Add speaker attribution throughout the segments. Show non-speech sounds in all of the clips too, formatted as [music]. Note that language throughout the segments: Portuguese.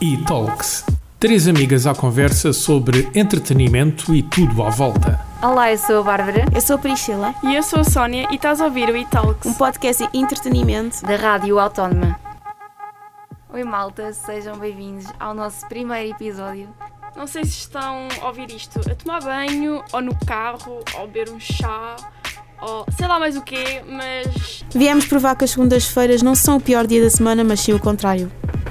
Speaker 1: E Talks. Três amigas à conversa sobre entretenimento e tudo à volta.
Speaker 2: Olá, eu sou a Bárbara,
Speaker 3: Eu sou a Priscila,
Speaker 4: E eu sou a Sónia e estás a ouvir o
Speaker 3: um
Speaker 4: Italks.
Speaker 3: podcast de entretenimento.
Speaker 2: da Rádio Autónoma. Oi, malta, sejam bem-vindos ao nosso primeiro episódio.
Speaker 4: Não sei se estão a ouvir isto a tomar banho, ou no carro, ou beber um chá, ou sei lá mais o quê, mas
Speaker 3: Viemos provar que as segundas-feiras não são o pior dia da semana, mas sim o contrário.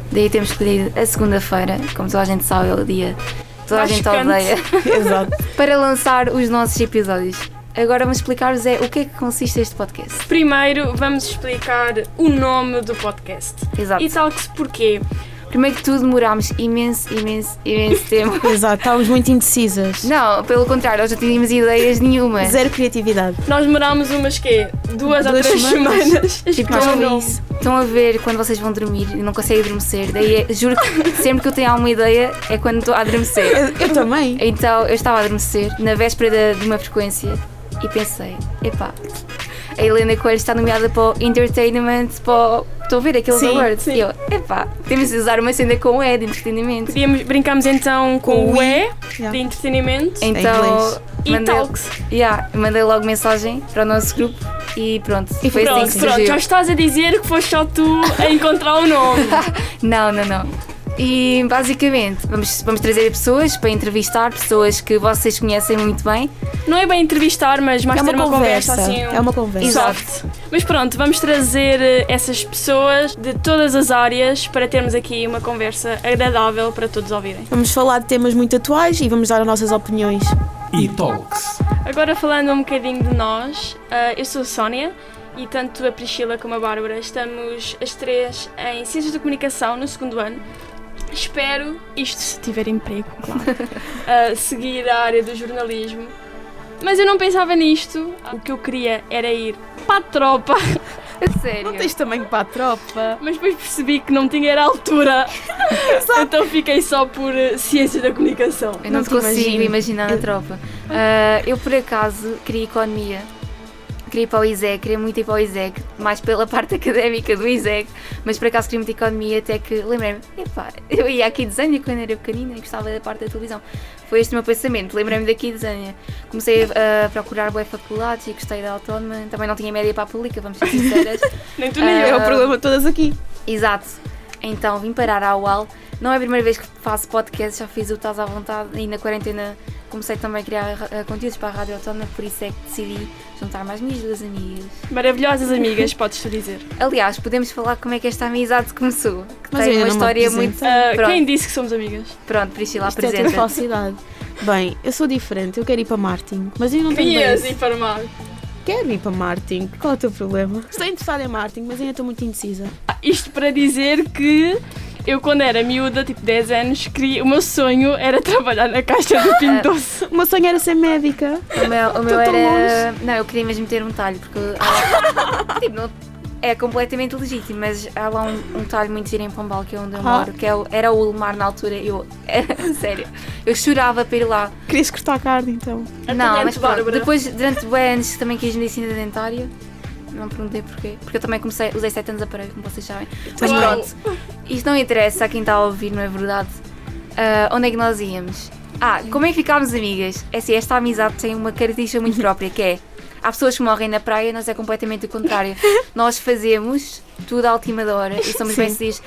Speaker 2: Daí temos escolhido a segunda-feira, como toda a gente sabe, é o dia que toda a
Speaker 4: Mais
Speaker 2: gente
Speaker 4: chocante.
Speaker 2: odeia,
Speaker 3: [laughs]
Speaker 2: [laughs]
Speaker 3: Exato.
Speaker 2: para lançar os nossos episódios. Agora vamos explicar-vos é o que é que consiste este podcast.
Speaker 4: primeiro vamos explicar o nome do podcast.
Speaker 2: Exato.
Speaker 4: Italks porquê?
Speaker 2: Primeiro que tudo, demorámos imenso, imenso, imenso tempo. [laughs]
Speaker 3: Exato, estávamos muito indecisas.
Speaker 2: Não, pelo contrário, nós não tínhamos ideias nenhuma.
Speaker 3: Zero criatividade.
Speaker 4: Nós demorámos umas quê? Duas, ou
Speaker 3: Duas
Speaker 4: três
Speaker 3: semanas.
Speaker 4: semanas.
Speaker 2: Tipo,
Speaker 4: Então,
Speaker 2: nós
Speaker 3: Mas
Speaker 4: não.
Speaker 3: foi isso.
Speaker 2: Estão a ver quando vocês vão dormir e não conseguem adormecer. Daí é- juro que sempre que eu tenho alguma ideia é quando estou a adormecer.
Speaker 3: Eu, eu também.
Speaker 2: Então eu estava a adormecer na véspera de, de uma frequência e pensei, epá, a Helena Coelho está nomeada para o Entertainment, para o... Estão a ver aqueles
Speaker 3: Sim,
Speaker 2: awards?
Speaker 4: sim.
Speaker 2: E eu, epá, temos de usar uma cena com E de entretenimento.
Speaker 4: Podíamos, brincámos então com,
Speaker 3: Com o
Speaker 4: o
Speaker 3: I.
Speaker 4: E
Speaker 3: Yeah.
Speaker 4: de entretenimento
Speaker 2: Então,
Speaker 4: e Talks.
Speaker 2: yeah, mandei logo mensagem para o nosso grupo e pronto,
Speaker 3: E
Speaker 2: foi
Speaker 4: Pronto,
Speaker 2: assim que
Speaker 4: pronto,
Speaker 2: surgiu.
Speaker 4: já estás a dizer que foste só tu a encontrar
Speaker 3: [laughs]
Speaker 4: o nome.
Speaker 2: Não, não, não. E basicamente vamos, vamos trazer pessoas para entrevistar, pessoas que vocês conhecem muito bem.
Speaker 4: Não é bem entrevistar, mas mais
Speaker 3: É
Speaker 4: ter
Speaker 3: uma
Speaker 4: uma conversa,
Speaker 3: conversa.
Speaker 4: assim.
Speaker 3: É uma conversa.
Speaker 2: Exato.
Speaker 4: Soft. Mas pronto, vamos trazer eh, essas pessoas de todas as áreas para termos aqui uma conversa agradável para todos ouvirem.
Speaker 3: Vamos falar de temas muito atuais e vamos dar as nossas opiniões.
Speaker 1: E Talks.
Speaker 4: Agora falando um bocadinho de nós, ah, eu sou a Sónia e tanto a Priscila como a Bárbara estamos as três em Ciências da Comunicação no segundo ano. Espero, isto se tiver emprego,
Speaker 3: [laughs]
Speaker 4: claro, ah, seguir a área do jornalismo. Mas eu não pensava nisto. O que eu queria era ir para a tropa.
Speaker 2: Sério.
Speaker 3: tamanho é para a tropa.
Speaker 4: Mas depois percebi que não tinha era a
Speaker 2: [laughs]
Speaker 4: altura. então fiquei só por eh, ciência da comunicação.
Speaker 2: Eu não,
Speaker 3: Não
Speaker 2: te
Speaker 3: te
Speaker 2: consigo
Speaker 3: imagino.
Speaker 2: imaginar a
Speaker 3: Eu-
Speaker 2: tropa. Ah, eu por acaso queria economia. Queria ir para o ISEC, queria muito ir para o ISEC, mais pela parte [laughs] académica do ISEC, mas por acaso queria muito economia, até que lembrei-me, epá, eu ia aqui desenho quando era pequenina e gostava da parte da televisão. Foi este o meu pensamento, lembrei-me daqui desenho. Comecei a procurar boas faculdades e gostei da autónoma, também não tinha média para a pública, vamos ser sinceras.
Speaker 4: Nem tu nem
Speaker 2: Ah,
Speaker 4: eu.
Speaker 3: É o problema de todas aqui.
Speaker 2: Exato. Então vim parar à UAL. Não é a primeira vez que faço podcast, já fiz o Estás à Vontade e na quarentena comecei também a criar eh, conteúdos para a Rádio Autónoma, por isso é que decidi juntar mais minhas duas amigas.
Speaker 4: Maravilhosas amigas, podes-te dizer.
Speaker 2: Aliás, podemos falar como é que esta amizade começou. Que
Speaker 3: Mas eu
Speaker 2: tem uma
Speaker 3: ainda não me
Speaker 2: história
Speaker 3: apresentei.
Speaker 2: muito.
Speaker 4: Ah,
Speaker 2: Pronto.
Speaker 4: quem disse que somos amigas?
Speaker 2: Pronto, Priscila,
Speaker 3: Isto é tudo
Speaker 2: apresenta.
Speaker 3: falsidade. Bem, eu sou diferente, eu quero ir para marketing, mas eu não tenho bem
Speaker 4: Querias
Speaker 3: isso.
Speaker 4: informar.
Speaker 3: Quero ir para marketing. Qual é o teu problema? Estou interessada em marketing, mas ainda estou muito indecisa.
Speaker 4: Isto para dizer que eu, quando era miúda, tipo 10 anos, queria... o meu sonho era [laughs] trabalhar na caixa do
Speaker 2: [laughs]
Speaker 4: Pingo Doce.
Speaker 3: O meu sonho era ser médica.
Speaker 2: O meu, o meu
Speaker 3: Estou tão
Speaker 2: era. Não, eu queria mesmo ter um talho, porque. há lá- [laughs] tipo, não- É completamente legítimo, mas há lá um, um talho muito giro em Pombal, que é onde eu
Speaker 3: Ah.
Speaker 2: moro, que é o- era o Ulmar na altura. Eu. [laughs] sério. Eu chorava para ir lá.
Speaker 3: Querias cortar carne, então.
Speaker 2: não,
Speaker 4: durante,
Speaker 2: mas pronto,
Speaker 4: Bárbara.
Speaker 2: depois, durante bem anos, também quis medicina dentária. Não perguntei porquê. Porque eu também comecei, usei 7 anos de aparelho, como vocês sabem. Mas
Speaker 4: Uau.
Speaker 2: pronto, isto não interessa a quem está a ouvir, não é verdade? Ah, onde é que nós íamos? Ah, como é que ficámos amigas? É assim, esta amizade tem uma característica
Speaker 3: [laughs]
Speaker 2: muito própria, que é... Há pessoas que morrem na praia, nós é completamente o
Speaker 3: [laughs]
Speaker 2: contrário. nós fazemos tudo à última da hora e somos
Speaker 3: Sim.
Speaker 2: bem diz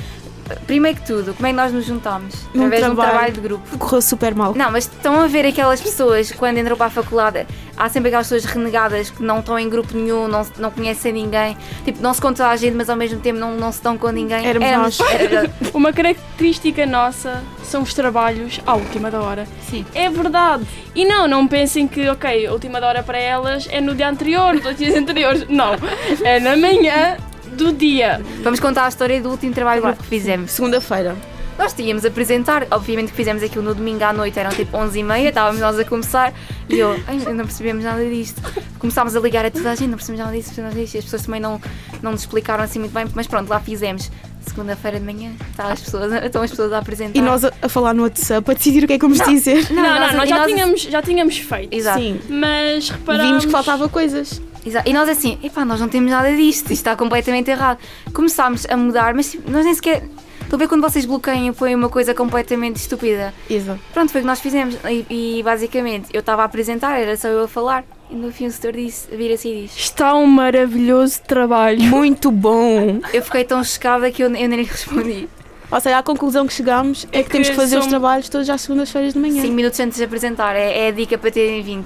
Speaker 2: Primeiro que tudo, como é que nós nos juntamos?
Speaker 3: Num
Speaker 2: Através de um
Speaker 3: trabalho.
Speaker 2: trabalho de grupo.
Speaker 3: Correu super mal.
Speaker 2: Não, mas estão a ver aquelas pessoas que quando entram para a faculdade, há sempre aquelas pessoas renegadas que não estão em grupo nenhum, não, se- não conhecem ninguém, tipo, não se contam a gente, mas ao mesmo tempo não, não se dão com ninguém.
Speaker 3: Éramos nós.
Speaker 2: era verdade.
Speaker 4: Uma característica nossa são os trabalhos à última da hora.
Speaker 3: Sim.
Speaker 4: É verdade. E não, não pensem que, ok, a última da hora para elas é no dia anterior, dos dias [laughs] anteriores. Não. É na manhã do dia.
Speaker 2: Vamos contar a história do último trabalho de grupo que fizemos.
Speaker 3: Segunda-feira.
Speaker 2: Nós tínhamos a apresentar, obviamente que fizemos aquilo no domingo à noite, eram tipo 11h30, estávamos nós a começar e eu, "Ai, não percebemos nada disto. Começámos a ligar a toda a gente, não percebemos nada disso, não percebemos nada disto. As pessoas também não, não nos explicaram assim muito bem, mas pronto, lá fizemos. Segunda-feira de manhã, tá, as pessoas, estão as pessoas a apresentar.
Speaker 3: E nós a, a falar no WhatsApp, a decidir o que é que vamos dizer.
Speaker 4: Não, não,
Speaker 2: nós-
Speaker 4: nós,
Speaker 2: e
Speaker 4: já, Tínhamos, já tínhamos feito.
Speaker 2: Exato.
Speaker 3: Sim.
Speaker 4: Mas reparámos.
Speaker 3: Vimos que faltava coisas.
Speaker 2: Exa- E nós assim, epá, nós não temos nada disto, isto está completamente errado. Começámos a mudar, mas tipo, nós nem sequer. Estão a ver quando vocês bloqueiam e põem uma coisa completamente estúpida?
Speaker 3: Exato.
Speaker 2: Pronto, foi o que nós fizemos. E, e, basicamente, eu estava a apresentar, era só eu a falar. E no fim o setor disse, vira-se e diz.
Speaker 4: Está um maravilhoso trabalho.
Speaker 3: Muito bom!
Speaker 2: Eu fiquei tão chocada que eu, eu nem lhe respondi.
Speaker 3: Ou seja, a conclusão que chegamos é que temos que fazer os
Speaker 4: são-
Speaker 3: trabalhos todas às segundas-feiras de manhã.
Speaker 2: 5 minutos antes de apresentar, é, é a dica para terem 20.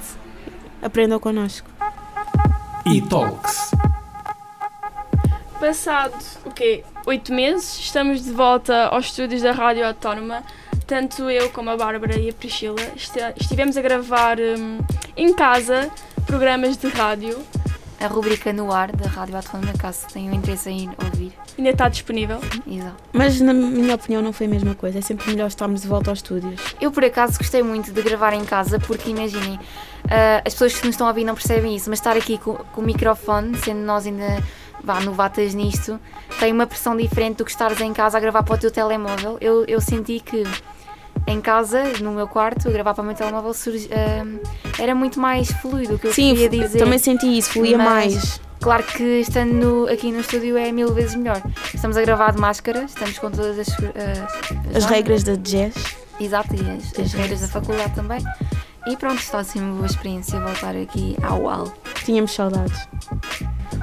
Speaker 3: Aprendam connosco.
Speaker 1: e Talks.
Speaker 4: Passado o quê? Oito meses, estamos de volta aos estúdios da Rádio Autónoma. Tanto eu como a Bárbara e a Priscila este- estivemos a gravar hum, em casa programas de rádio.
Speaker 2: A rubrica no ar da Rádio Autónoma, caso tenham interesse em ouvir.
Speaker 4: Ainda está disponível.
Speaker 2: Exato.
Speaker 3: Mas, na minha opinião, não foi a mesma coisa. É sempre melhor estarmos de volta aos estúdios.
Speaker 2: Eu, por acaso, gostei muito de gravar em casa, porque imaginem, ah, as pessoas que nos estão a ouvir não percebem isso, mas estar aqui com, com o microfone, sendo nós ainda vá, novatas nisto, tem uma pressão diferente do que estares em casa a gravar para o teu telemóvel. Eu, eu senti que em casa, no meu quarto, a gravar para o meu telemóvel surge- ah, era muito mais fluido o que eu
Speaker 3: Sim,
Speaker 2: queria dizer.
Speaker 3: também senti isso, fluía
Speaker 2: Mas-
Speaker 3: mais.
Speaker 2: Claro que estando no- aqui no estúdio é mil vezes melhor. Estamos a gravar de máscara, estamos com todas as, eh, as
Speaker 3: As
Speaker 2: normas.
Speaker 3: regras da jazz.
Speaker 2: Exato, e as, as regras da faculdade também. E pronto, está a ser uma boa experiência voltar aqui ao UAL.
Speaker 3: Tínhamos saudades.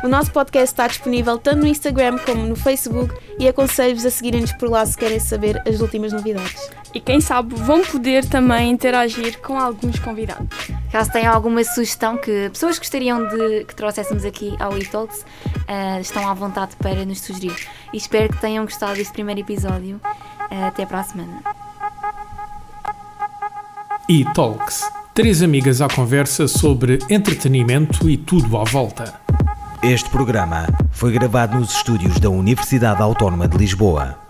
Speaker 3: O nosso podcast está disponível tanto no Instagram como no Facebook e aconselho-vos a seguirem-nos por lá se querem saber as últimas novidades.
Speaker 4: E quem sabe vão poder também interagir com alguns convidados.
Speaker 2: Caso tenham alguma sugestão que pessoas gostariam de que trouxéssemos aqui ao eTalks, eh, estão à vontade para nos sugerir. E espero que tenham gostado deste primeiro episódio. Eh, até para a semana.
Speaker 1: e Talks. Três amigas à conversa sobre entretenimento e tudo à volta.
Speaker 5: Este programa foi gravado nos estúdios da Universidade Autónoma de Lisboa.